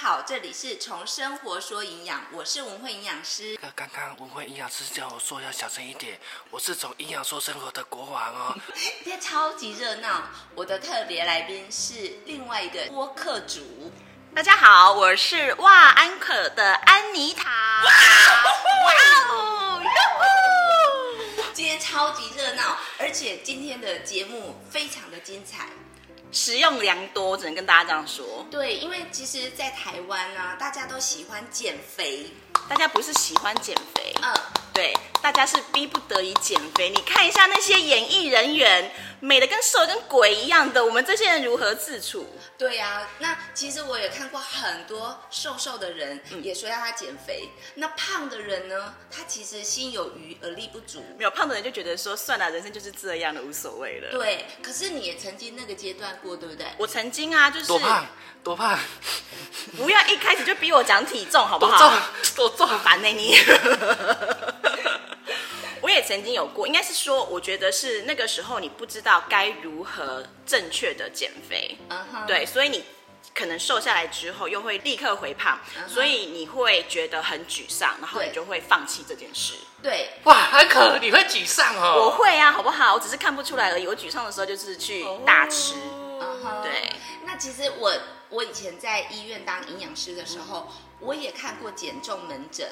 好，这里是从生活说营养，我是文慧营养师。那刚刚文慧营养师叫我说要小声一点，我是从营养说生活的国王 哦。今天超级热闹，我的特别来宾是另外一个播客主。大家好，我是哇安可的安妮塔。哇哦，今天超级热闹，而且今天的节目非常的精彩。食用良多，只能跟大家这样说。对，因为其实，在台湾呢、大家都喜欢减肥，大家不是喜欢减肥，嗯，对，大家是逼不得已减肥。你看一下那些演艺人员，美的跟瘦得跟鬼一样的，我们这些人如何自处？对呀、那其实我也看过很多瘦瘦的人，也说要他减肥。那胖的人呢，他其实心有余而力不足。没有胖的人就觉得说，算了，人生就是这样的，无所谓了。，对，可是你也曾经那个阶段过，对不对？我曾经啊，就是多胖，多胖，不要一开始就逼我讲体重，好不多好？重，多重。很烦呢、你。 我也曾经有过，应该是说，我觉得是那个时候你不知道该如何正确的减肥，嗯哼，对，所以你可能瘦下来之后又会立刻回胖，嗯哼所以你会觉得很沮丧，然后你对就会放弃这件事。对，哇，安可你会沮丧哦。我会啊，好不好？我只是看不出来而已。我沮丧的时候就是去哦大吃，嗯哼，对。那其实我我以前在医院当营养师的时候，我也看过减重门诊。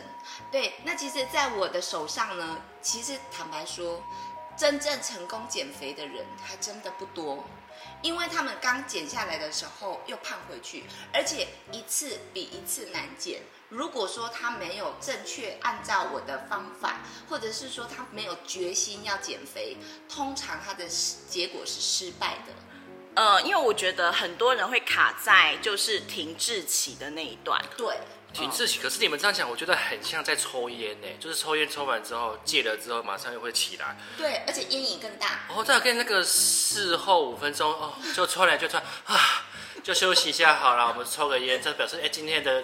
对，那其实在我的手上呢，其实坦白说，真正成功减肥的人还真的不多。因为他们刚减下来的时候又胖回去，而且一次比一次难减。如果说他没有正确按照我的方法，或者是说他没有决心要减肥，通常他的结果是失败的。呃，因为我觉得很多人会卡在就是停滞期的那一段，对，停滞期，可是你们这样讲，我觉得很像在抽烟呢、就是抽烟抽完之后戒了之后，马上又会起来。对，而且阴影更 大。哦，再跟那个事后五分钟哦，就抽来就抽来啊，就休息一下好了。我们抽个烟，这表示哎、今天的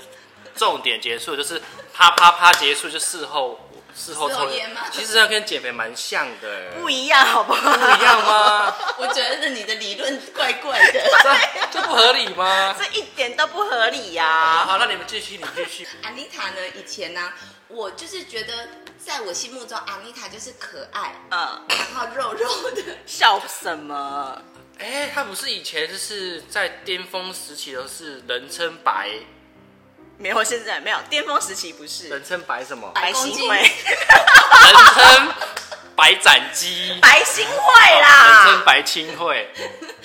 重点结束，就是啪啪啪结束，就事后事后事抽后烟吗其实这样跟减肥蛮像的，不一样，好不好？不一样吗？我觉得你的理论怪怪的。 这这不合理 吗？这一点都不合理呀、好，好，那你们继续，你们继续。安妮塔呢？以前呢、我就是觉得，在我心目中，安妮塔就是可爱，嗯，然后肉肉的。笑什么？哎、他不是以前就是在巅峰时期都是人称白，没有，现在没有，巅峰时期不是人称白什么？白公行斤会，人称白斩鸡，白行会人称啦，白青会。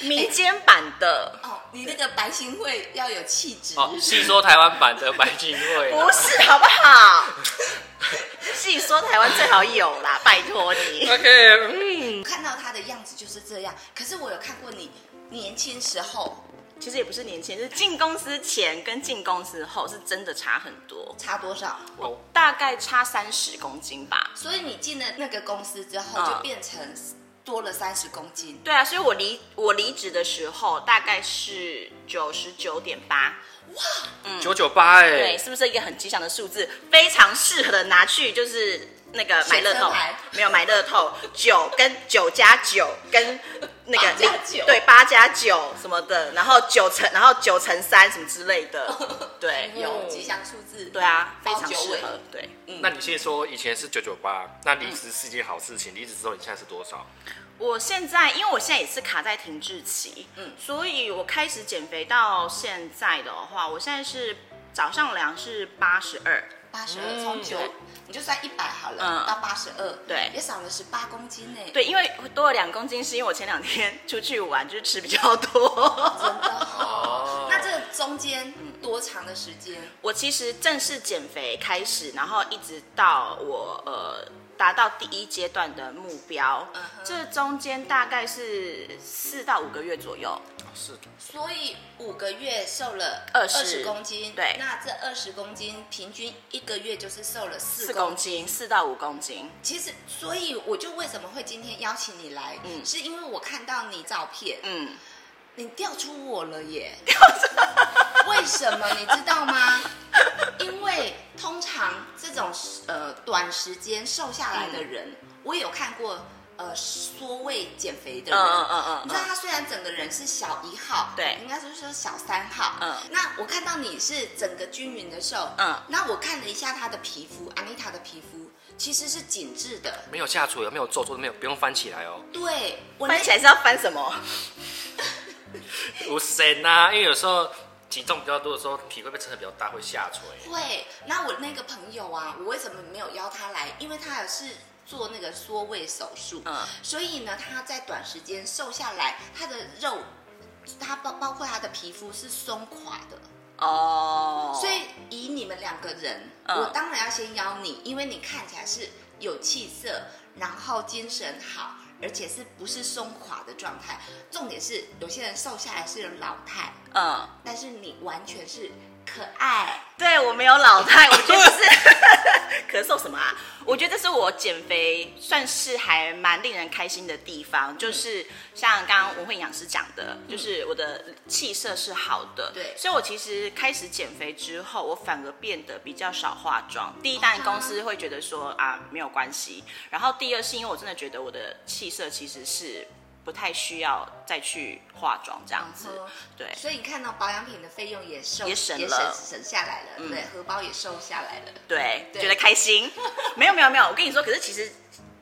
民间版的，哦，你那个白行会要有气质。哦，细说台湾版的白金会，不是好不好？细说台湾最好有啦，拜托你。 OK，嗯我看到她的样子就是这样，可是我有看过你年轻时候其实也不是年轻，就是进公司前跟进公司后是真的差很多，差多少，哦，大概差三十公斤吧。所以你进了那个公司之后，嗯就变成多了三十公斤。对啊，所以我离我离职的时候大概是九十九点八，九九八对，哎，是不是一个很吉祥的数字？非常适合的拿去就是那个买乐选车透牌，没有买乐 透九跟九加九跟那个八加九对八加九什么的，然后九乘然后九乘三什么之类 的，对，哎有有吉祥数字，对啊，非常包九适尾合。对，那你先说以前是九九八，那离职是一件好事情，离职之后你现在是多少？我现在因为我现在也是卡在停滞期，嗯嗯，所以我开始减肥到现在的话，我现在是早上量是八十二，八十二从九，你就算一百好了，嗯到八十二，对嗯也少了十八公斤呢。，对，因为多了两公斤，是因为我前两天 出去玩，就是吃比较多。 真的哦哦。那这中间多长的时间？我其实正式减肥开始，然后一直到我呃达到第一阶段的目标嗯哼这中间大概是四到五个月左右。哦是所以五个月瘦了20十公斤，对那这二十公斤平均一个月就是瘦了四四公公斤，四到五公斤，其实，所以我就为什么会今天邀请你来，嗯是因为我看到你照片，嗯，你调出我了耶！为什么你知道吗？因为嗯通常这种呃短时间瘦下来的人，我有看过呃缩胃减肥的嗯人。嗯嗯嗯你知道嗯，他虽然整个人是小一号，对应该说是小三号。嗯那我看到你是整个均匀的瘦，嗯，那我看了一下她的皮肤，安妮塔的皮肤其实是紧致的。没有下垂哦，没有皱皱，没有不用翻起来哦。对，我那翻起来是要翻什么？嗯有神啊，因为有时候体重比较多的时候，皮会被撑得比较大，会下垂。会，那我那个朋友啊，我为什么没有邀他来？因为他也是做那个缩胃手术，嗯所以呢，他在短时间瘦下来，他的肉，他包包括他的皮肤是松垮的。哦，所以以你们两个人，嗯我当然要先邀你，因为你看起来是有气色，然后精神好，而且是不是松垮的状态？重点是有些人瘦下来是老态，嗯，但是你完全是可爱。对我没有老 态，我觉得这是 咳嗽什么啊？我觉得这是我减肥算是还蛮令人开心的地方，就是像刚刚文慧营养师讲的，就是我的气色是好的，嗯对所以我其实开始减肥之后，我反而变得比较少化妆。第一，当然公司会觉得说啊没有关系，然后第二是因为我真的觉得我的气色其实是不太需要再去化妆这样子，嗯哼对。所以你看到保养品的费用也瘦，也省了嗯省省下来了，对不对，荷包也瘦下来了。对，对觉得开心。 没有没有没有，我跟你说，可是其实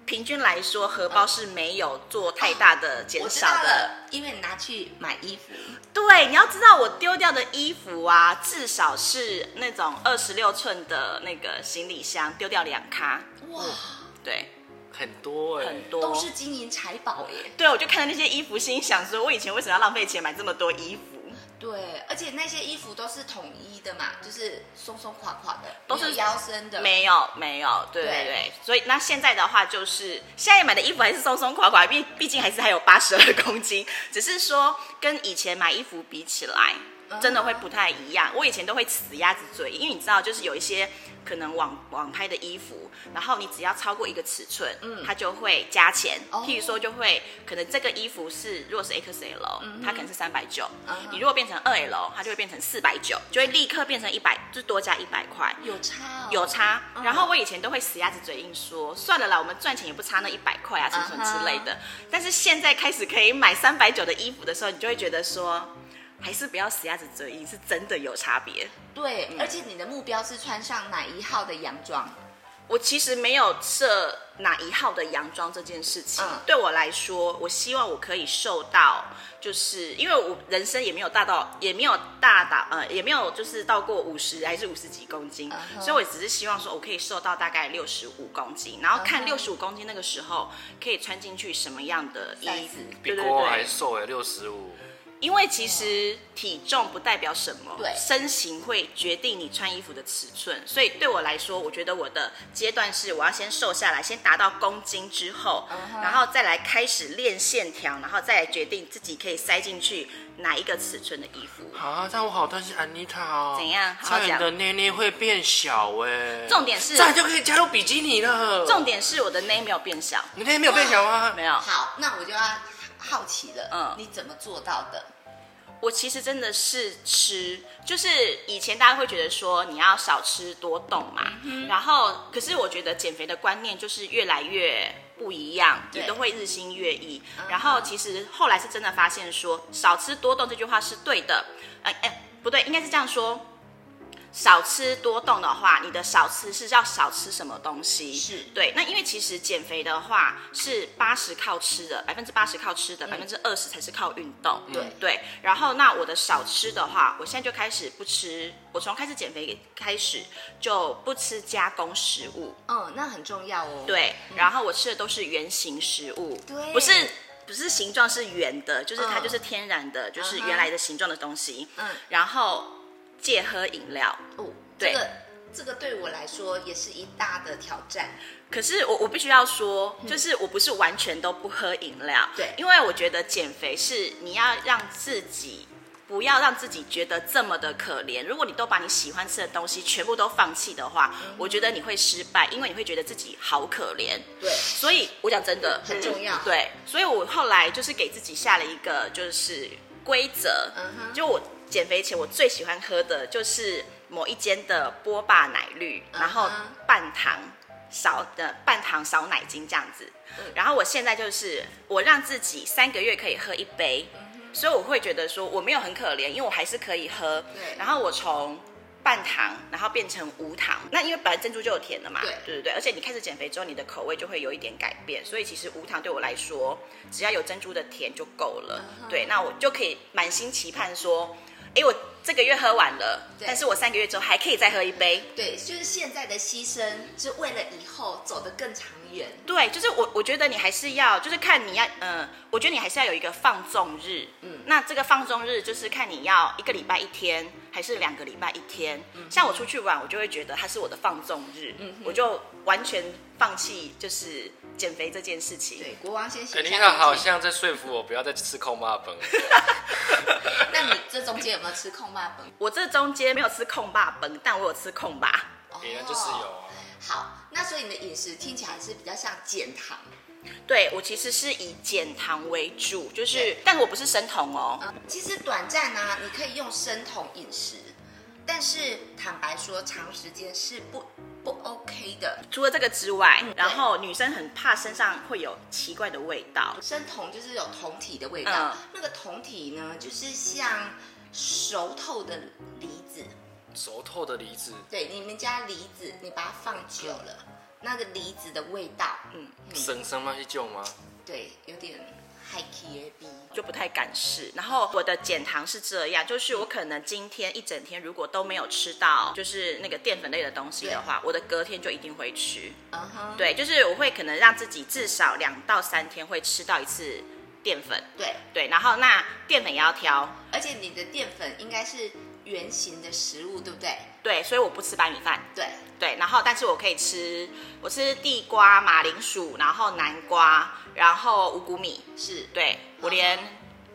平均来说，荷包是没有做太大的减我知少道的。了，因为你拿去买衣服，对，你要知道，我丢掉的衣服啊，至少是那种二十六寸的那个行李箱，丢掉两咖。哇，对，很多哎、很都多。是金银财宝耶。对，我就看到那些衣服，心想说，我以前为什么要浪费钱买这么多衣服？对，而且那些衣服都是统一的嘛，就是松松垮垮的，都是没有腰身的。没有，没有，对对对对，所以那现在的话就是，现在买的衣服还是松松垮垮，毕毕竟还是还有八十二公斤， 只是说跟以前买衣服比起来，嗯真的会不太一样。我以前都会死鸭子嘴，因为你知道，就是有一些可能网网拍的衣服，然后你只要超过一个尺寸，它就会加钱。嗯哦譬如说，就会可能这个衣服是如果是 XL，、它可能是三百九嗯，哼你如果变成二 L，它就会变成四百九，就会立刻变成一百，就多加一百块。有差、哦，有差。嗯然后我以前都会死鸭子嘴硬说，算了啦，我们赚钱也不差那一百块嗯啊，什么什么之类的。但是现在开始可以买三百九的衣服的时候，你就会觉得说，还是不要死鸭子嘴硬，是真的有差别。对，嗯而且你的目标是穿上哪一号的洋装？我其实没有设哪一号的洋装这件事情，嗯对我来说，我希望我可以瘦到，就是因为我人生也没有大到，也没有大到，呃，也没有就是到过五十还是五十几公斤嗯哼所以我只是希望说我可以瘦到大概六十五公斤，然后看嗯六哼十五公斤那个时候可以穿进去什么样的衣 size 服，比国王还瘦哎、六十五。因为其实体重不代表什么，对身形会决定你穿衣服的尺寸。所以对我来说，我觉得我的阶段是我要先瘦下来，先达到公斤之后嗯哼然后再来开始练线条，然后再来决定自己可以塞进去哪一个尺寸的衣服。啊，但我好担心安妮塔哦。怎样好好差点讲的内内会变小哎、欸。重点是这样就可以加入比基尼了。重点是我的内没有变小，你内没有变小吗？没有。好，那我就要好奇了，嗯你怎么做到的？我其实真的是吃，就是以前大家会觉得说你要少吃多动嘛，嗯然后可是我觉得减肥的观念就是越来越不一样，对也都会日新月异嗯。然后其实后来是真的发现说少吃多动这句话是对的，呃，哎，不对，应该是这样说。少吃多动的话，你的少吃是要少吃什么东西？是对。那因为其实减肥的话是八十靠吃的，百分之八十靠吃嗯的，百分之二十才是靠运动。对对，然后那我的少吃的话，我现在就开始不吃，我从开始减肥开始就不吃加工食物，嗯，那很重要哦。，对，然后我吃的都是圆形食物，对不是。不是形状是圆的，就是它嗯就是天然的，就是嗯哼原来的形状的东西。嗯然后戒喝饮料，哦，对这个这个对我来说也是一大的挑战。可是我我必须要说，就是我不是完全都不喝饮料，对因为我觉得减肥是你要让自己。不要让自己觉得这么的可怜。如果你都把你喜欢吃的东西全部都放弃的话，我觉得你会失败，因为你会觉得自己好可怜。对，所以我讲真的很重要嗯对，所以我后来就是给自己下了一个就是规则，嗯哼就我减肥前我最喜欢喝的就是某一间的波霸奶绿，然后嗯哼半糖。少的半糖少奶精这样子。嗯然后我现在就是我让自己三个月可以喝一杯，嗯所以我会觉得说我没有很可怜，因为我还是可以喝。对然后我从半糖，然后变成无糖。那因为本来珍珠就有甜的嘛，对对对对。而且你开始减肥之后，你的口味就会有一点改变，所以其实无糖对我来说，只要有珍珠的甜就够了。对，那我就可以满心期盼说，哎，我这个月喝完了，对但是我三个月之后还可以再喝一杯。对，就是现在的牺牲，是为了以后走得更长远。对，就是我，我觉得你还是要，就是看你要，嗯、我觉得你还是要有一个放纵日，嗯，那这个放纵日就是看你要一个礼拜一天，还是两个礼拜一天。像我出去玩，我就会觉得它是我的放纵日，嗯，我就完全放弃就是减肥这件事情。对，国王先写 肯下定你他好这像在说服我不要再吃空骂 本。那你这中间有没有吃控骂本？我这中间没有吃控霸本，但我有吃控霸，别人就是 有啊。哦好，那所以你的饮食听起来是比较像减糖，对我其实是以减糖为主，就是对，但我不是生酮哦，嗯，其实短暂啊，你可以用生酮饮食，但是坦白说，长时间是不不 OK 的。除了这个之外，嗯对然后女生很怕身上会有奇怪的味道，生酮就是有酮体的味道，嗯那个酮体呢，就是像熟透的梨子，熟透的梨子，对，你们家梨子，你把它放久了，那个梨子的味道，嗯，生生吗？去救吗？对，有点 high key A B。就不太敢试。然后我的减糖是这样，就是嗯我可能今天一整天如果都没有吃到就是那个淀粉类的东西的话，我的隔天就一定会吃。嗯哼，对，就是我会可能让自己至少两到三天会吃到一次淀粉。对，对，然后那淀粉也要挑，而且你的淀粉应该是圆形的食物，对不对？对，所以我不吃白米饭。对，对，然后但是我可以吃，我吃地瓜、马铃薯，然后南瓜，然后五谷米。是，对我连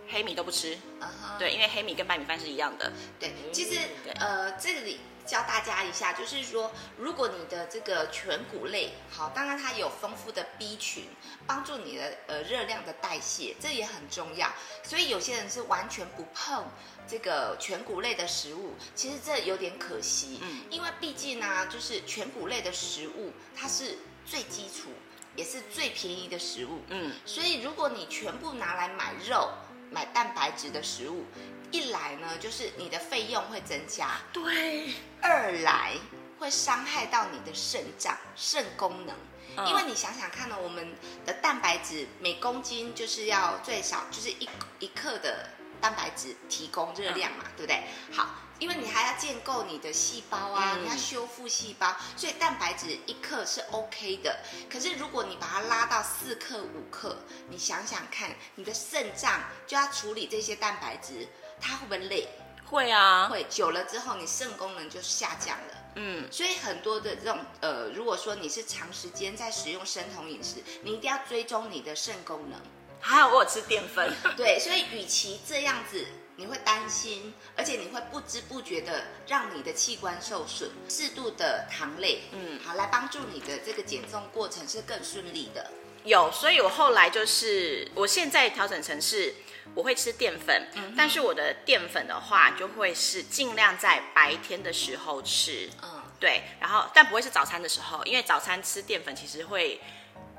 黑米都不吃，嗯哼，对，因为黑米跟白米饭是一样的。对，其实嗯对呃，这里教大家一下，就是说，如果你的这个全谷类，好，当然它有丰富的 B 群，帮助你的呃热量的代谢，这也很重要。所以有些人是完全不碰这个全谷类的食物，其实这有点可惜，嗯因为毕竟呢、就是全谷类的食物，它是最基础，也是最便宜的食物，嗯，所以如果你全部拿来买肉、买蛋白质的食物，一来呢就是你的费用会增加，对，二来会伤害到你的肾脏、肾功能。嗯因为你想想看呢，我们的蛋白质每公斤就是要最少就是一一克的蛋白质提供热量嗯嘛，对不对？好，因为你还要建构你的细胞啊，嗯你要修复细胞，所以蛋白质一克是 OK 的。可是如果你把它拉到四克、五克，你想想看，你的肾脏就要处理这些蛋白质，它会不会累？会啊，会久了之后，你肾功能就下降了。嗯，所以很多的这种呃，如果说你是长时间在使用生酮饮食，你一定要追踪你的肾功能。还好我有吃淀粉，对，所以与其这样子，你会担心，而且你会不知不觉的让你的器官受损。适度的糖类，嗯，好来帮助你的这个减重过程是更顺利的。有，所以我后来就是，我现在调整成是我会吃淀粉，但是我的淀粉的话就会是尽量在白天的时候吃，嗯，对，然后但不会是早餐的时候，因为早餐吃淀粉其实会。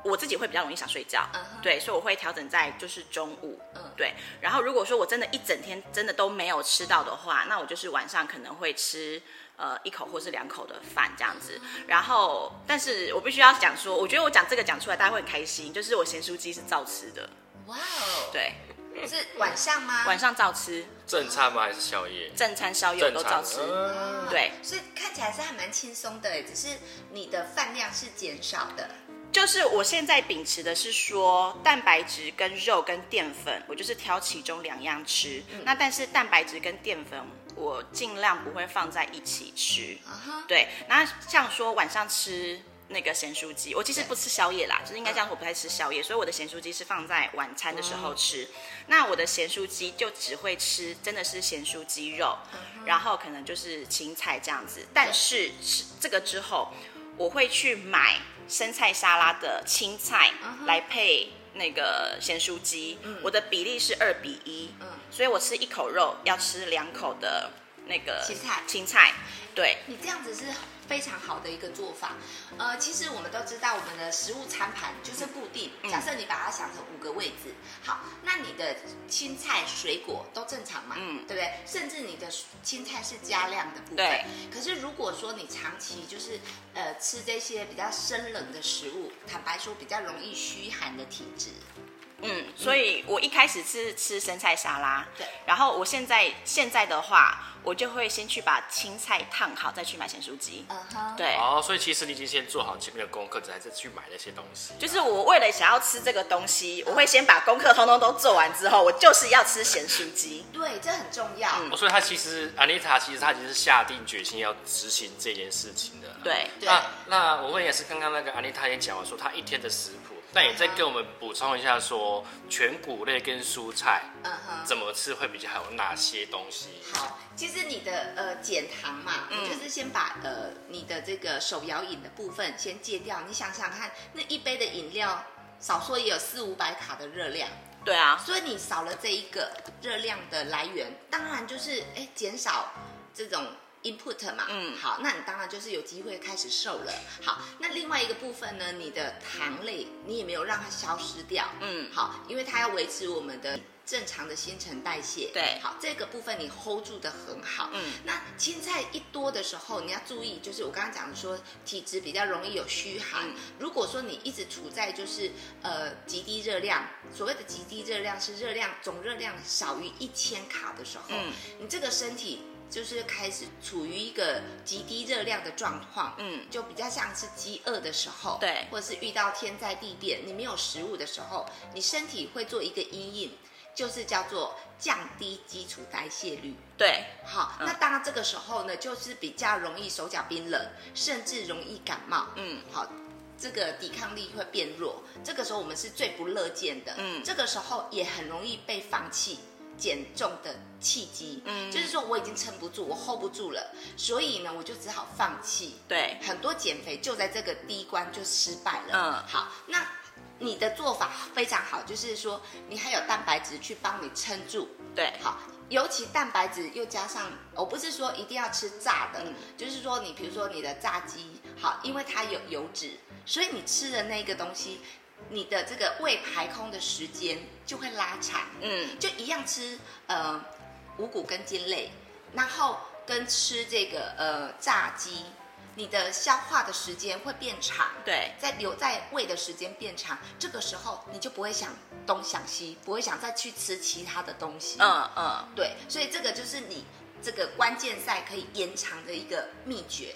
我自己会比较容易想睡觉嗯哼对，所以我会调整在就是中午嗯对。然后如果说我真的一整天真的都没有吃到的话，那我就是晚上可能会吃呃一口或是两口的饭这样子。嗯然后，但是我必须要讲说，我觉得我讲这个讲出来大家会很开心，就是我咸酥鸡是照吃的，哇哦，对，是晚上吗？晚上照吃，正餐吗？还是宵夜？正餐宵夜我正都餐照。吃，嗯啊对所以看起来是还蛮轻松的，欸只是你的饭量是减少的。就是我现在秉持的是说，蛋白质跟肉跟淀粉，我就是挑其中两样吃。那但是蛋白质跟淀粉，我尽量不会放在一起吃。啊哈，对，那像说晚上吃那个咸酥鸡，我其实不吃宵夜啦，就是嗯应该这样，说，我不太吃宵夜，所以我的咸酥鸡是放在晚餐的时嗯候吃。那我的咸酥鸡就只会吃，真的是咸酥鸡肉，嗯然后可能就是青菜这样子。但是吃这个之后，我会去买生菜沙拉的青菜嗯来配。那个咸酥鸡，我的比例是二比一、嗯所以我吃一口肉要吃两口的那个芹菜青菜，对，你这样子是非常好的一个做法。呃，其实我们都知道，我们的食物餐盘就是固定。嗯假设你把它想成五个位置，好，那你的青菜、水果都正常嘛？嗯对不对？甚至你的青菜是加量的部分对。可是如果说你长期就是呃吃这些比较生冷的食物，坦白说比较容易虚寒的体质。嗯，所以我一开始是吃生菜沙拉，对然后我现在现在的话，我就会先去把青菜烫好，再去买咸酥鸡，嗯哼。对。哦，所以其实你已经先做好前面的功课，只还是去买那些东西。就是我为了想要吃这个东西，我会先把功课通通都做完之后，我就是要吃咸酥鸡。对，这很重要。嗯哦，所以他其实安妮塔其实他已经是下定决心要执行这件事情的。。对，对那那我问也是，刚刚那个安妮塔也讲了说她一天的食谱，那也再跟我们补充一下说全谷类跟蔬菜嗯哼。怎么吃会比较好，有哪些东西？好，其实你的呃减糖嘛，嗯你就是先把呃你的这个手摇饮的部分先戒掉。你想想看，那一杯的饮料少说也有四五百卡的热量，对啊，所以你少了这一个热量的来源，当然就是哎减少这种 input 嘛。嗯好，那你当然就是有机会开始瘦了。好，那另外一个部分呢，你的糖类你也没有让它消失掉。嗯，好，因为它要维持我们的正常的新陈代谢。对好，这个部分你 hold 住的很好。嗯，那青菜一多的时候，你要注意，就是我刚刚讲的说，体质比较容易有虚寒。嗯如果说你一直处在就是呃极低热量，所谓的极低热量是热量总热量少于一千卡的时候，嗯你这个身体就是开始处于一个极低热量的状况。嗯，就比较像是饥饿的时候，对或者是遇到天灾地变，你没有食物的时候，你身体会做一个阴影，就是叫做降低基础代谢率。对，好，嗯那当然这个时候呢，就是比较容易手脚冰冷，甚至容易感冒。嗯，好，这个抵抗力会变弱，这个时候我们是最不乐见的。嗯这个时候也很容易被放弃减重的契机。嗯就是说我已经撑不住，我 hold 不住了，所以呢，我就只好放弃。对，很多减肥就在这个第一关就失败了。嗯好，那你的做法非常好，就是说你还有蛋白质去帮你撑住。对，好，尤其蛋白质又加上，我不是说一定要吃炸的，嗯就是说你比如说你的炸鸡，好，因为它有油脂，所以你吃的那个东西，你的这个胃排空的时间就会拉长。嗯，就一样吃呃五谷跟茎类，然后跟吃这个呃炸鸡，你的消化的时间会变长，对，在留在胃的时间变长，这个时候你就不会想东想西，不会想再去吃其他的东西。，嗯嗯。对，所以这个就是你这个关键赛可以延长的一个秘诀。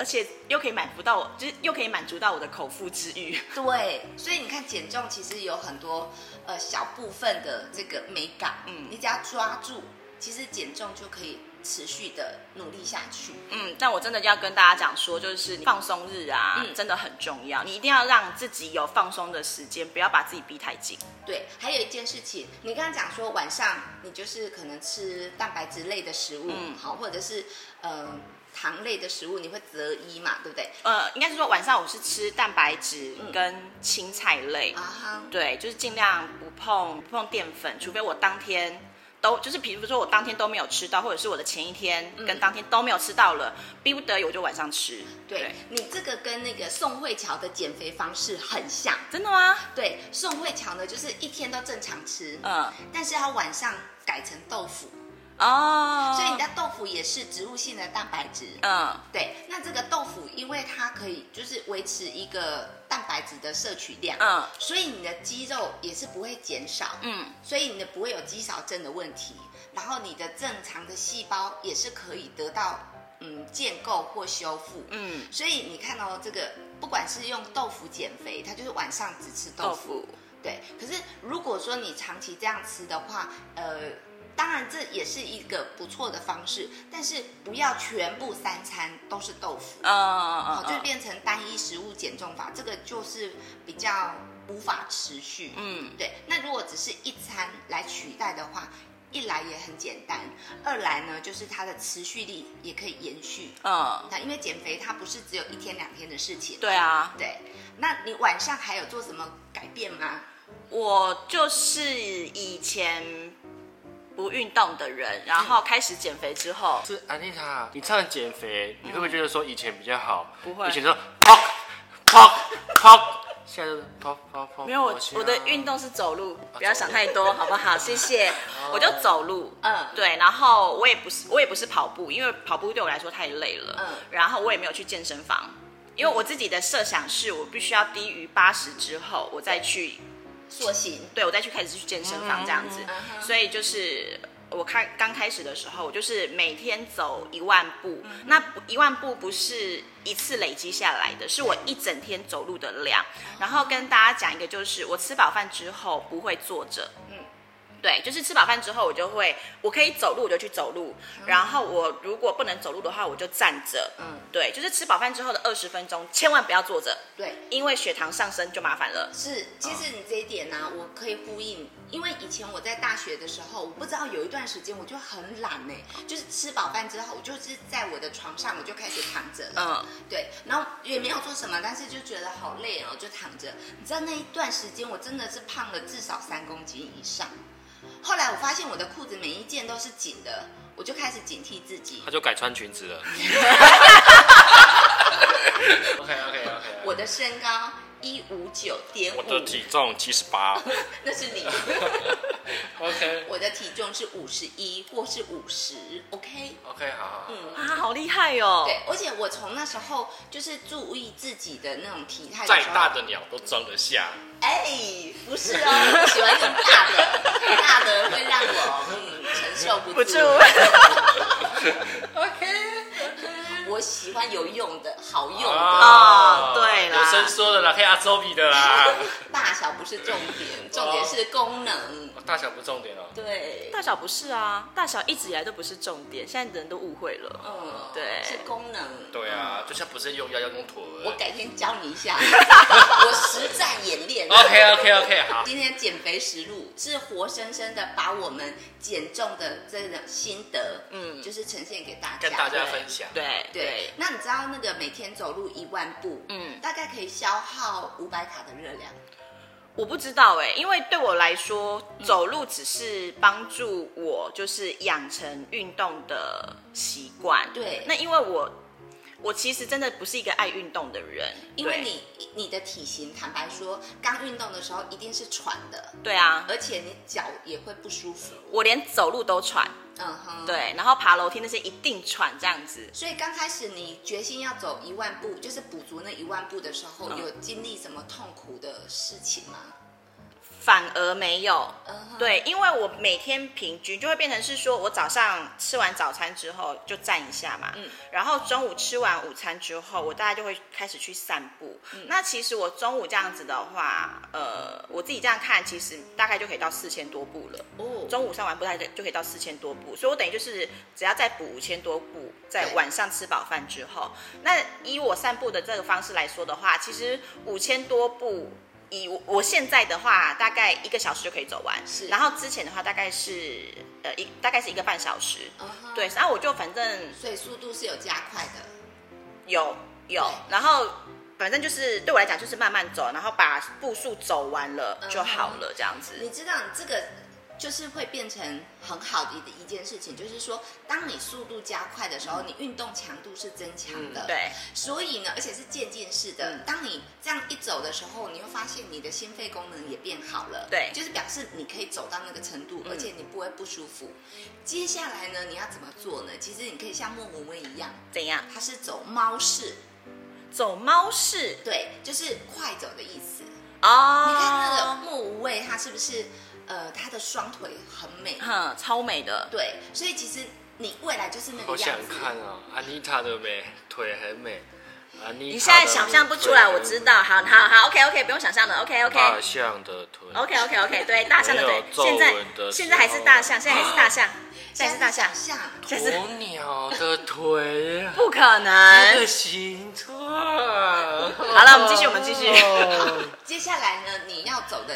而且又可以满足到我，就是又可以满足到我的口腹之欲。对，所以你看减重其实有很多呃小部分的这个美感，嗯嗯，你只要抓住，其实减重就可以持续的努力下去。嗯，但我真的要跟大家讲说，就是你放松日啊，嗯真的很重要，你一定要让自己有放松的时间，不要把自己逼太紧。对，还有一件事情，你刚刚讲说晚上你就是可能吃蛋白质类的食物，嗯好，或者是呃糖类的食物，你会择一嘛，对不对？呃，应该是说晚上我是吃蛋白质嗯跟青菜类，啊哈，对，就是尽量不碰不碰淀粉，除非我当天都就是，比如说我当天都没有吃到，或者是我的前一天嗯跟当天都没有吃到了，逼不得已我就晚上吃。对你这个跟那个宋慧乔的减肥方式很像。真的吗？对，宋慧乔呢就是一天都正常吃，嗯，但是她晚上改成豆腐。哦，所以你的豆腐也是植物性的蛋白质。嗯对，那这个豆腐因为它可以就是维持一个蛋白质的摄取量，嗯所以你的肌肉也是不会减少，嗯所以你的不会有肌少症的问题，然后你的正常的细胞也是可以得到嗯建构或修复。嗯，所以你看哦，这个不管是用豆腐减肥，它就是晚上只吃豆豆腐，腐，对，可是如果说你长期这样吃的话，呃，当然这也是一个不错的方式，但是不要全部三餐都是豆腐，嗯嗯好、嗯哦就嗯，变成单一食物减重法，这个就是比较无法持续。嗯对，那如果只是一餐来取代的话，一来也很简单，二来呢就是它的持续力也可以延续。嗯，那因为减肥它不是只有一天两天的事情，对啊，对。那你晚上还有做什么改变吗？我就是以前不运动的人，然后开始减肥之后，是安妮塔，你唱减肥，你会不会觉得说以前比较好？不会以前说 pop pop pop，现在就是 pop pop pop。没有我我的啊运动是走路，哦不要想太多，好不好？ 谢谢，我就走路，嗯对，然后我也不是我也不是跑步，因为跑步对我来说太累了，嗯然后我也没有去健身房，因为我自己的设想是我必须要低于八十之后，我再去塑形，对我再去开始去健身房这样子，嗯哼所以就是我开刚开始的时候，我就是每天走一万步，嗯那不一万步不是一次累积下来的，是我一整天走路的量。嗯然后跟大家讲一个，就是我吃饱饭之后不会坐着，嗯对，就是吃饱饭之后，我就会，我可以走路，我就去走路。然后我如果不能走路的话，我就站着。嗯，对，就是吃饱饭之后的二十分钟，千万不要坐着，对。因为血糖上升就麻烦了。是，其实你这一点呢、我可以呼应，因为以前我在大学的时候，我不知道有一段时间我就很懒呢、就是吃饱饭之后，我就是在我的床上我就开始躺着了，嗯，对，然后也没有做什么，但是就觉得好累哦，就躺着。你知道那一段时间我真的是胖了至少三公斤以上。后来我发现我的裤子每一件都是紧的，我就开始警惕自己他。就改穿裙子 了。OK OK OK。我的身高一五九点我五，的体重七十八。那是你。 OK 我的体重是五十一或是五十，OK。 OK，好好。嗯。啊，好厉害哦！对，而且我从那时候就是注意自己的那种体态的再时候大的鸟都装得下。哎，不是哦，我喜欢用大的，大的会让我嗯承受不不住住。 OK，我喜欢有用的好啊用的，哦对啦有声说的啦，可以阿周比的 啦。大小不是重点，重点是功能。大小不重点哦。对，大小不是啊，大小一直以来都不是重点，现在人都误会了。嗯，对是功能。对啊，就像不是用腰要用腿。我改天教你一下， 我实战演练。 OK OK OK，好。今天减肥实录是活生生的把我们减重的这种心得，嗯，嗯就是呈现给大家，跟大家分享。对对，那你知道那个每天走路一万步，嗯，嗯大概可以消耗五百卡的热量，我不知道哎、因为对我来说，嗯走路只是帮助我就是养成运动的习惯。对那因为我我其实真的不是一个爱运动的人，因为对你你的体型，坦白说，刚运动的时候一定是喘的，对啊，而且你脚也会不舒服，我连走路都喘，嗯哼，。对，然后爬楼梯那些一定喘这样子。所以刚开始你决心要走一万步，就是补足那一万步的时候，有经历什么痛苦的事情吗？反而没有嗯哼对，因为我每天平均就会变成是说，我早上吃完早餐之后就站一下嘛，嗯然后中午吃完午餐之后，我大概就会开始去散步。嗯那其实我中午这样子的话，呃，我自己这样看，其实大概就可以到四千多步了。哦中午上完步大概就可以到四千多步，所以我等于就是只要再补五千多步，在对晚上吃饱饭之后，那以我散步的这个方式来说的话，其实五千多步。以我我现在的话，大概一个小时就可以走完，是然后之前的话，大概是呃一大概是一个半小时，嗯哼对。然后我就反正所以速度是有加快的。有有对，然后反正就是对我来讲就是慢慢走，然后把步数走完了就好了，这样子。嗯你知道，这个就是会变成很好的一一件事情，就是说，当你速度加快的时候，你运动强度是增强的。。嗯对，所以呢，而且是渐进式嗯的。当你这样一走的时候，你会发现你的心肺功能也变好了。对嗯就是表示你可以走到那个程度，而且你不会不舒服。接下来呢，你要怎么做呢？其实你可以像莫文蔚一样，怎样？她是走猫式，走猫式对，就是快走的意思。哦，你看那个莫无畏，他是不是呃，他的双腿很美？哼，超美的，对，所以其实你未来就是那好个想样子。看哦，安妮塔的美，腿很美。安妮，你现在想象不出来，我知。道。好好好，OK OK，不用想象了，OK OK 大象的腿。 OK OK OK，对，大象的啊没有腿，皱现在纹的时候现在还是大象，现在还是大象，现在现是大在象想，象，现在是鸵鸟的腿呀，不可那能个。形状。好好了我们继续我们继续哦 接下来呢，你要走的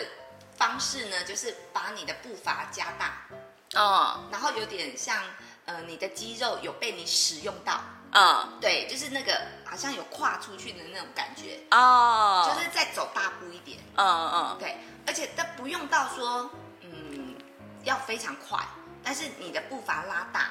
方式呢，就是把你的步伐加大，嗯然后有点像呃，你的肌肉有被你使用到，嗯对，就是那个好像有跨出去的那种感觉，就哦，是再走大步一点。嗯嗯对，而且但不用到说，嗯，要非常快，但是你的步伐拉大，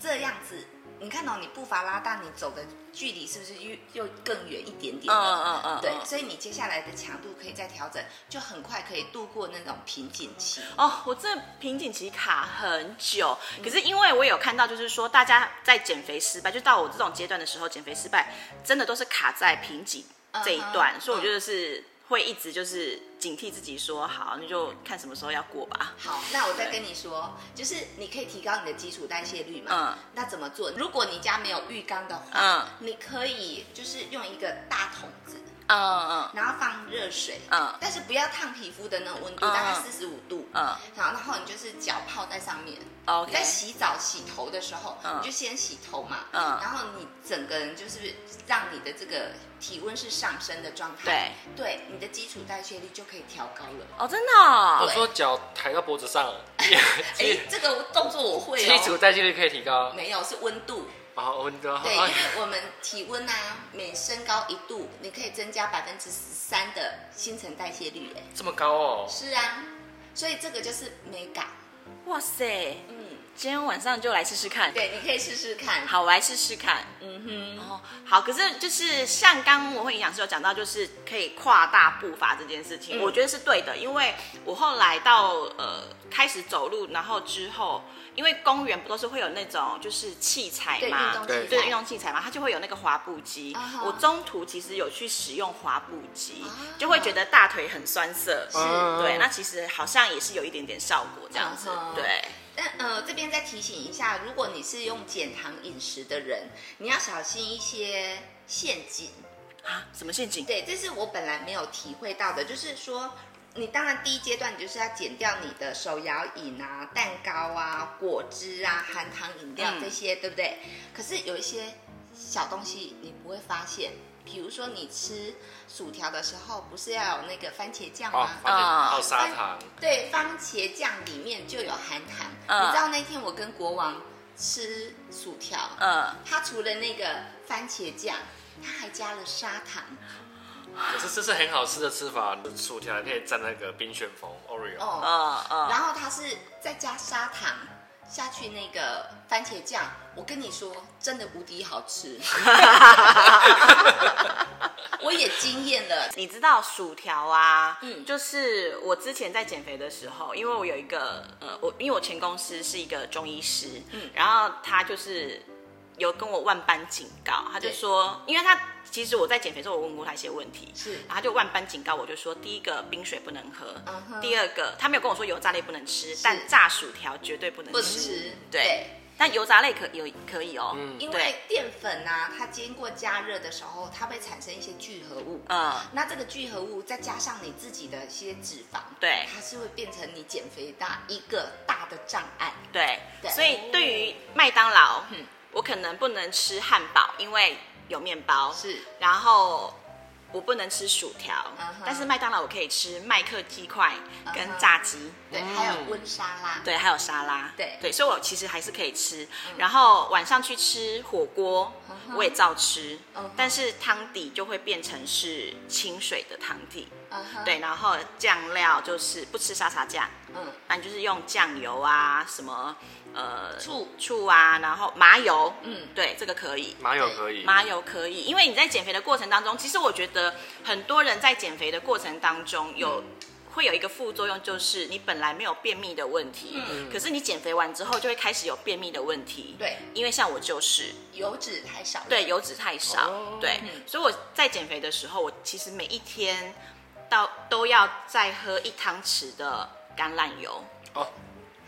这样子，你看哦到、你步伐拉大，你走的距离是不是又又更远一点点了？嗯嗯对，所以你接下来的强度可以再调整，就很快可以度过那种瓶颈期。哦，我这瓶颈期卡很久，可是因为我有看到，就是说大家在减肥失败，就到我这种阶段的时候，减肥失败真的都是卡在瓶颈这一段嗯哼所以我觉得是会一直就是警惕自己说，好，那就看什么时候要过吧。好，那我再跟你说，就是你可以提高你的基础代谢率嘛。嗯那怎么做？如果你家没有浴缸的话，嗯你可以就是用一个大桶子，嗯嗯然后放热水，嗯但是不要烫皮肤的那种温度，嗯大概四十五度。嗯好，然后你就是脚泡在上面。你，OK，在洗澡、洗头的时候，嗯你就先洗头嘛，嗯然后你整个人就是让你的这个体温是上升的状态对，对，对，你的基础代谢率就可以调高了。哦，真的、哦对我，说脚抬到脖子上 了，哎基，这个动作我会基础哦，代谢率可以提高。没有是温度，哦，温度。对，因哎为我们体温啊，每升高一度，你可以增加百分之十三的新陈代谢率，哎，这么高哦，是啊，所以这个就是美感，哇塞，嗯，今天晚上就来试试看。对，你可以试试看，好，我来试试看。嗯哼。哦，好，可是就是像刚刚文慧营养师有讲到，就是可以跨大步伐这件事情，嗯我觉得是对的，因为我后来到呃开始走路，然后之后，因为公园不都是会有那种就是器材对运嘛，动哎对器对运材，动器材嘛，它就会有那个滑步机。啊哈我中途其实有去使用滑步机，啊就会觉得大腿很酸涩。是嗯对，那其实好像也是有一点点效果这样子。啊哈对，但呃，这边再提醒一下，如果你是用减糖饮食的人，你要小心一些陷阱。啊，什么陷阱？对，这是我本来没有体会到的，就是说。你当然第一阶段你就是要减掉你的手摇饮啊、蛋糕啊、果汁啊、含糖饮料嗯这些，对不对？可是有一些小东西你不会发现，比如说你吃薯条的时候，不是要有那个番茄酱哦吗，？发现啊泡砂糖，对，番茄酱里面就有含糖。嗯你知道那天我跟国王吃薯条，呃，他除了那个番茄酱，他还加了砂糖。可是这是很好吃的吃法，薯条可以蘸那个冰旋风 Oreo，哦，呃呃，然后他是再加砂糖下去那个番茄酱，我跟你说，真的无敌好 吃。我也惊艳了，你知道薯条啊，嗯就是我之前在减肥的时候，因为我有一个呃，我因为我前公司是一个中医师，嗯然后他就是有跟我万般警告，他就说，因为他其实我在减肥的时候，我问过他一些问题，是然后他就万般警告我，就说第一个冰水不能喝嗯哼第二个他没有跟我说油炸类不能吃，但炸薯条绝对不能不能吃，嗯对，但油炸类可有可以哦，嗯因为对淀粉啊，它经过加热的时候，它会产生一些聚合物。嗯那这个聚合物再加上你自己的一些脂肪，对它是会变成你减肥大一个大的障碍。对，对所以对于麦当劳，嗯我可能不能吃汉堡，因为有面包，是然后我不能吃薯条嗯哼但是麦当劳我可以吃麦克鸡块嗯跟哼炸鸡对，嗯还有温沙拉，对，还有沙拉，对对，所以我其实还是可以吃。然后晚上去吃火锅，嗯哼我也照吃嗯哼但是汤底就会变成是清水的汤底，嗯哼，对，然后酱料就是不吃沙茶酱，嗯，那你就是用酱油啊，什么呃醋醋啊，然后麻油，嗯嗯，对，这个可以。麻油可以，麻油可以，因为你在减肥的过程当中，其实我觉得很多人在减肥的过程当中有。会有一个副作用，就是你本来没有便秘的问题，嗯可是你减肥完之后就会开始有便秘的问题。，对，因为像我就是，油脂太少了，对油脂太少，哦对嗯，所以我在减肥的时候，我其实每一天到都要再喝一汤匙的橄榄油，哦，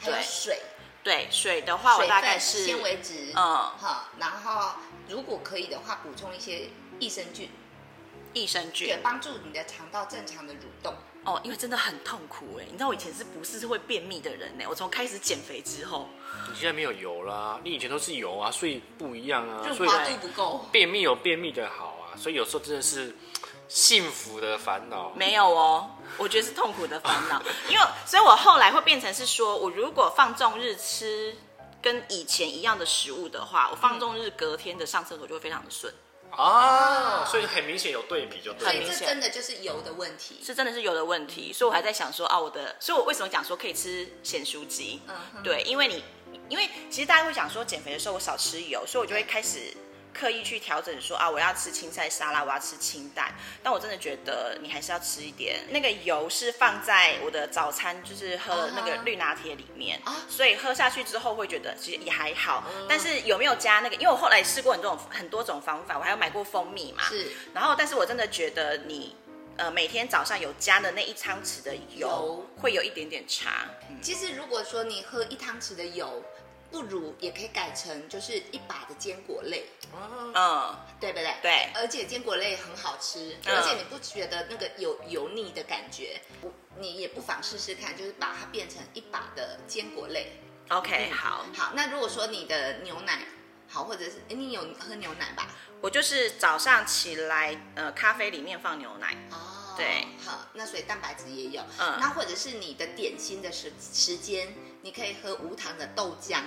还有对水，对水的话，我水大分、概是纤维质，嗯好，然后如果可以的话，补充一些益生菌，益生菌对，帮助你的肠道正常的蠕动。哦，因为真的很痛苦哎、你知道我以前是不是会便秘的人欸呢、我从开始减肥之后，你现在没有油啦，你以前都是油啊，所以不一样啊，所润以滑度不够，便秘有便秘的好啊，所以有时候真的是幸福的烦恼。没有哦，我觉得是痛苦的烦恼，因为所以我后来会变成是说，我如果放纵日嗯吃跟以前一样的食物的话，我放纵日隔天的上厕所就会非常的顺。啊，所以很明显有对比就对所很以了明这显真的就是油的问题。是真的是有的问题，所以我还在想说啊，我的，所以我为什么讲说可以吃咸酥鸡？嗯哼对，因为你，因为其实大家会讲说减肥的时候我少吃油，所以我就会开始刻意去调整说啊，我要吃青菜沙拉，我要吃清淡。但我真的觉得你还是要吃一点，那个油是放在我的早餐，就是喝那个啊哈绿拿铁里面啊嗯所以喝下去之后会觉得其实也还好。但是有没有加那个？因为我后来试过很多种很多种方法，我还有买过蜂蜜嘛，是然后，但是我真的觉得你，呃，每天早上有加的那一汤匙的油，油嗯会有一点点差。其实如果说你喝一汤匙的油，不如也可以改成就是一把的坚果类，啊嗯，对不对？对而且坚果类很好吃，嗯而且你不觉得那个有油腻的感觉？我你也不妨试试看，就是把它变成一把的坚果类。嗯，OK，好，好，那如果说你的牛奶好，或者是诶你有喝牛奶吧？我就是早上起来，呃，咖啡里面放牛奶，哦，对，好，那所以蛋白质也有。嗯那或者是你的点心的时时间，你可以喝无糖的豆浆，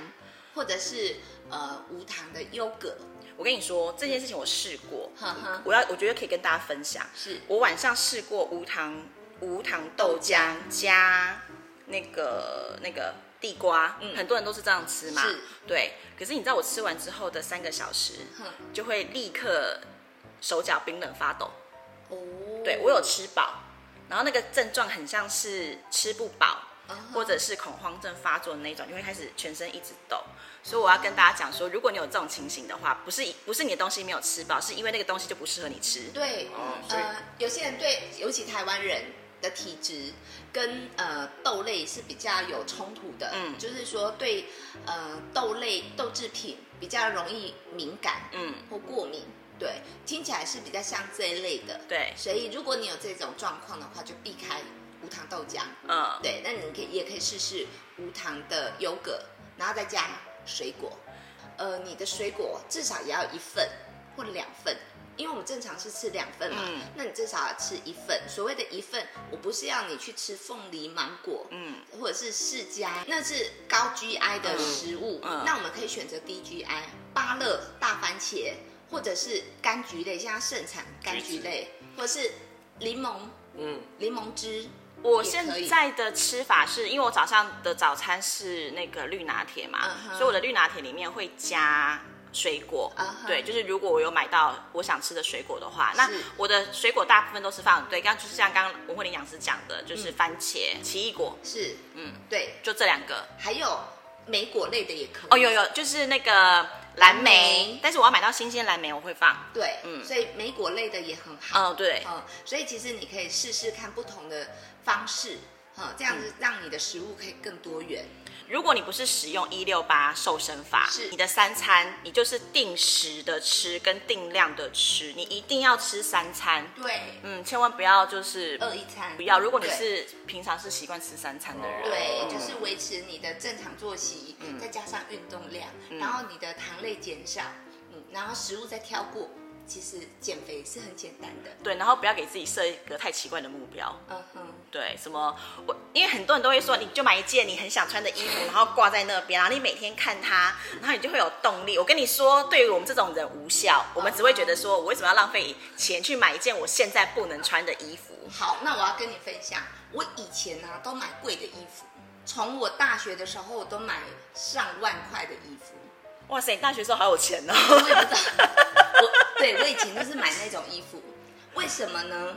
或者是呃无糖的优格。我跟你说这件事情我试过，呵呵，我要我觉得可以跟大家分享。是我晚上试过无糖无糖豆浆加那个那个地瓜，嗯很多人都是这样吃嘛是，对。可是你知道我吃完之后的三个小时，哼就会立刻手脚冰冷发抖。哦，对我有吃饱，然后那个症状很像是吃不饱，啊或者是恐慌症发作的那种，你会开始全身一直抖。所以我要跟大家讲说，如果你有这种情形的话，不是不是你的东西没有吃饱，是因为那个东西就不适合你吃。对，哦所以呃，有些人对，尤其台湾人的体质跟呃豆类是比较有冲突的，嗯就是说对呃豆类豆制品比较容易敏感嗯，或过敏，对，听起来是比较像这一类的，对，所以如果你有这种状况的话，就避开无糖豆浆，嗯，对，那你可以也可以试试无糖的优格，然后再加水果。呃，你的水果至少也要一份或两份，因为我们正常是吃两份嘛，嗯那你至少要吃一份。所谓的一份，我不是要你去吃凤梨、芒果，嗯，或者是释迦，那是高 GI 的食物，嗯嗯那我们可以选择低 GI，芭乐、大番茄，或者是柑橘类，现在盛产柑橘橘子类，或者是柠檬、嗯，柠檬汁。我也现可以在的吃法是因为我早上的早餐是那个绿拿铁嘛嗯哼所以我的绿拿铁里面会加水果。嗯哼对，就是如果我有买到我想吃的水果的话，那是我的水果大部分都是放对，刚就是像刚刚文慧玲讲师讲的，嗯就是番茄、奇异果，是，嗯，对，就这两个。还有莓果类的也可以。哦，有有，就是那个蓝莓，莓但是我要买到新鲜蓝莓，我会放。对，嗯所以莓果类的也很好。嗯，对，嗯，所以其实你可以试试看不同的方式，嗯，这样子让你的食物可以更多元。如果你不是使用一六八瘦身法，是你的三餐，你就是定时的吃跟定量的吃，你一定要吃三餐。对，嗯，千万不要就是饿一餐不要。如果你对是嗯平常是习惯吃三餐的人，对，就是维持你的正常作息，嗯再加上运动量，然后你的糖类减少，嗯，然后食物再挑过，其实减肥是很简单的。对，然后不要给自己设一个太奇怪的目标。嗯哼，对，什么我，因为很多人都会说，你就买一件你很想穿的衣服，然后挂在那边，然后你每天看它，然后你就会有动力。我跟你说，对于我们这种人无效，我们只会觉得说，我为什么要浪费钱去买一件我现在不能穿的衣服？好，那我要跟你分享，我以前呢、啊都买贵的衣服，从我大学的时候我都买上万块的衣服。哇塞，你大学时候好有钱哦！我也不知道，我对我以前就是买那种衣服，为什么呢？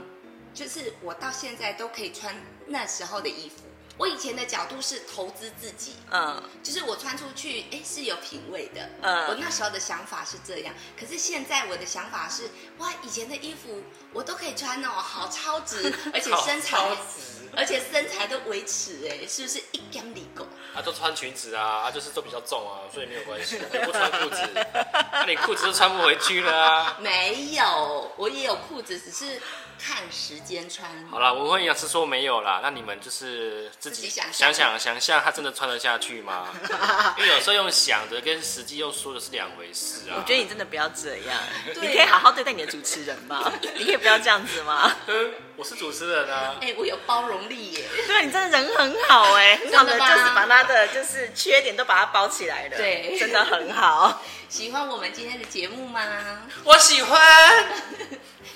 就是我到现在都可以穿那时候的衣服。我以前的角度是投资自己，嗯，就是我穿出去，哎，是有品味的。嗯我那时候的想法是这样，可是现在我的想法是，哇，以前的衣服我都可以穿哦，好超 值，而且身材好超值，而且身材都维持，哎，是不是一干里狗？啊，都穿裙子啊，啊，就是都比较重啊，所以没有关系，不穿裤子，那你裤子都穿不回去了啊。没有，我也有裤子，只是看时间穿。好啦，文慧营养师说没有啦，那你们就是自自己己想想想想象，他真的穿得下去吗？因为有时候用想的跟实际用说的是两回事啊。我觉得你真的不要这样，对 你可以好好对待你的主持人吗？你可以不要这样子吗？嗯我是主持人啊，哎、我有包容力耶。对啊你真的人很好哎、很好的真的就吗是把他的就是缺点都把它包起来了，对真的很好。喜欢我们今天的节目吗？我喜欢。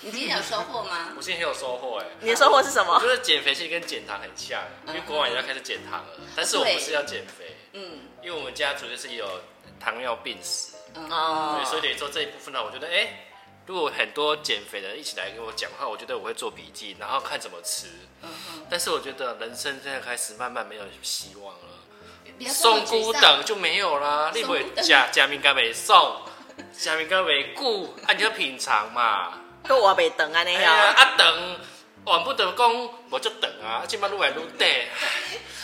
你今天有收获吗我？今天很有收获哎、你的收获是什我么觉？得减肥其实跟减糖很像，因为国晚也要开始减糖了，但是我不是要减肥，嗯因为我们家族就是有糖尿病史，嗯，哦对，所以等于说这一部分呢，我觉得哎、如果很多减肥的人一起来跟我讲话，我觉得我会做笔记，然后看怎么吃。嗯但是我觉得人生现在开始慢慢没有希望了，不要这么送沮孤丧等就没有啦，送你孤会等假假名该没送，假名该没顾，啊你要品尝嘛。跟我被等啊那哎呀，样，啊等，怨不得讲，我就等啊，即摆愈来愈短，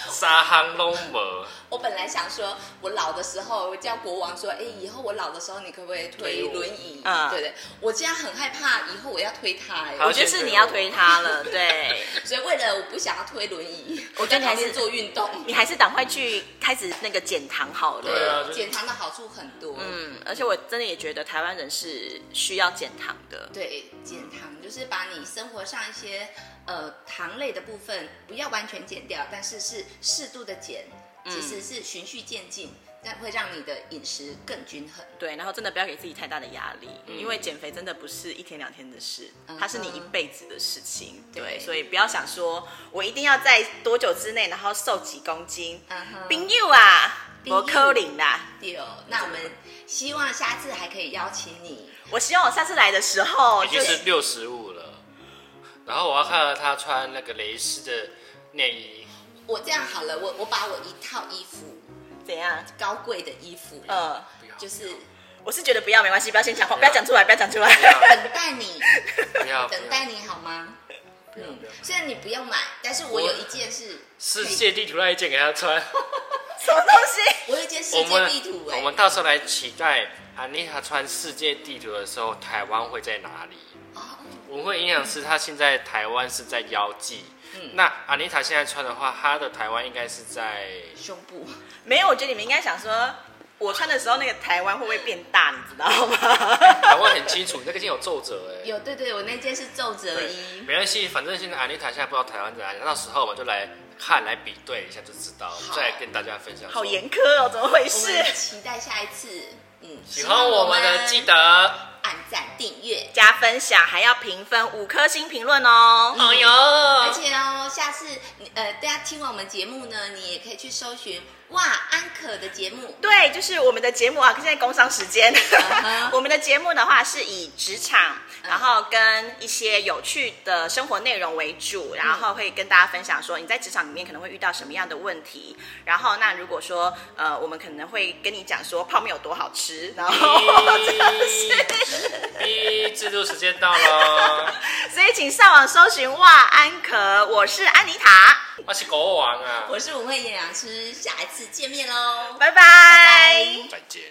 三项拢无。我本来想说，我老的时候我叫国王说，哎、以后我老的时候你可不可以推轮椅？推我对不对？我现在很害怕，以后我要推他、哎，好我觉得是你要推他了，对。所以为了我不想要推轮椅，我觉得你还在旁是边做运动。你还是赶快去开始那个减糖好了。对啊就是减糖的好处很多。嗯，而且我真的也觉得台湾人是需要减糖的。对，减糖就是把你生活上一些呃糖类的部分不要完全减掉，但是是适度的减，嗯其实是循序渐进，但会让你的饮食更均衡。对，然后真的不要给自己太大的压力，嗯因为减肥真的不是一天两天的事，它是你一辈子的事情。对对，所以不要想说我一定要在多久之内，然后瘦几公斤。嗯哼冰友啊，冰我友扣零啦。对哦，那我们希望下次还可以邀请你。我希望我下次来的时候，已经就是是六十五了，然后我要看到他穿那个蕾丝的内衣，我这样好了，我我把我一套衣服，怎样？高贵的衣服，呃，不要，就是我是觉得不要没关系，不要先讲话，不要讲出来，不要讲出来。不要，等待你，不要，不等要待，你好吗？嗯不要，不要。虽然你不用买，但是我有一件是世界地图那一件给他穿， 什么东西？我有一件世我界们地图哎、我们到时候来期待安妮塔穿世界地图的时候，台湾会在哪里？哦文慧营养师她现在台湾是在腰际，嗯那安妮塔现在穿的话，她的台湾应该是在胸部，没有，我觉得你们应该想说，我穿的时候那个台湾会不会变大，你知道台吗？ 湾很清楚，那个已经有皱褶哎、有对对，我那件是皱褶对，衣。没关系，反正现在安妮塔现在不知道台湾在哪里，那到时候我们就来看来比对一下就知道，我们再来跟大家分享。好，严苛哦，怎么回我事？们期待下一次，嗯，喜欢我们的记得，按赞订阅，加分享还要评分五颗星评论哦。哎而呦，且哦，下次你呃大家听完我们节目呢，你也可以去搜寻哇安可的节目，对，就是我们的节目啊，现在工商时间。嗯哼 我们的节目的话是以职场，然后跟一些有趣的生活内容为主，然后会跟大家分享说你在职场里面可能会遇到什么样的问题。然后那如果说呃，我们可能会跟你讲说泡面有多好吃，然后嗯这样子。一制度时间到了， 所以请上网搜寻哇安可，我是安妮塔，我是国王啊，我是文慧营养师，下一次见面喽，拜拜。拜再见。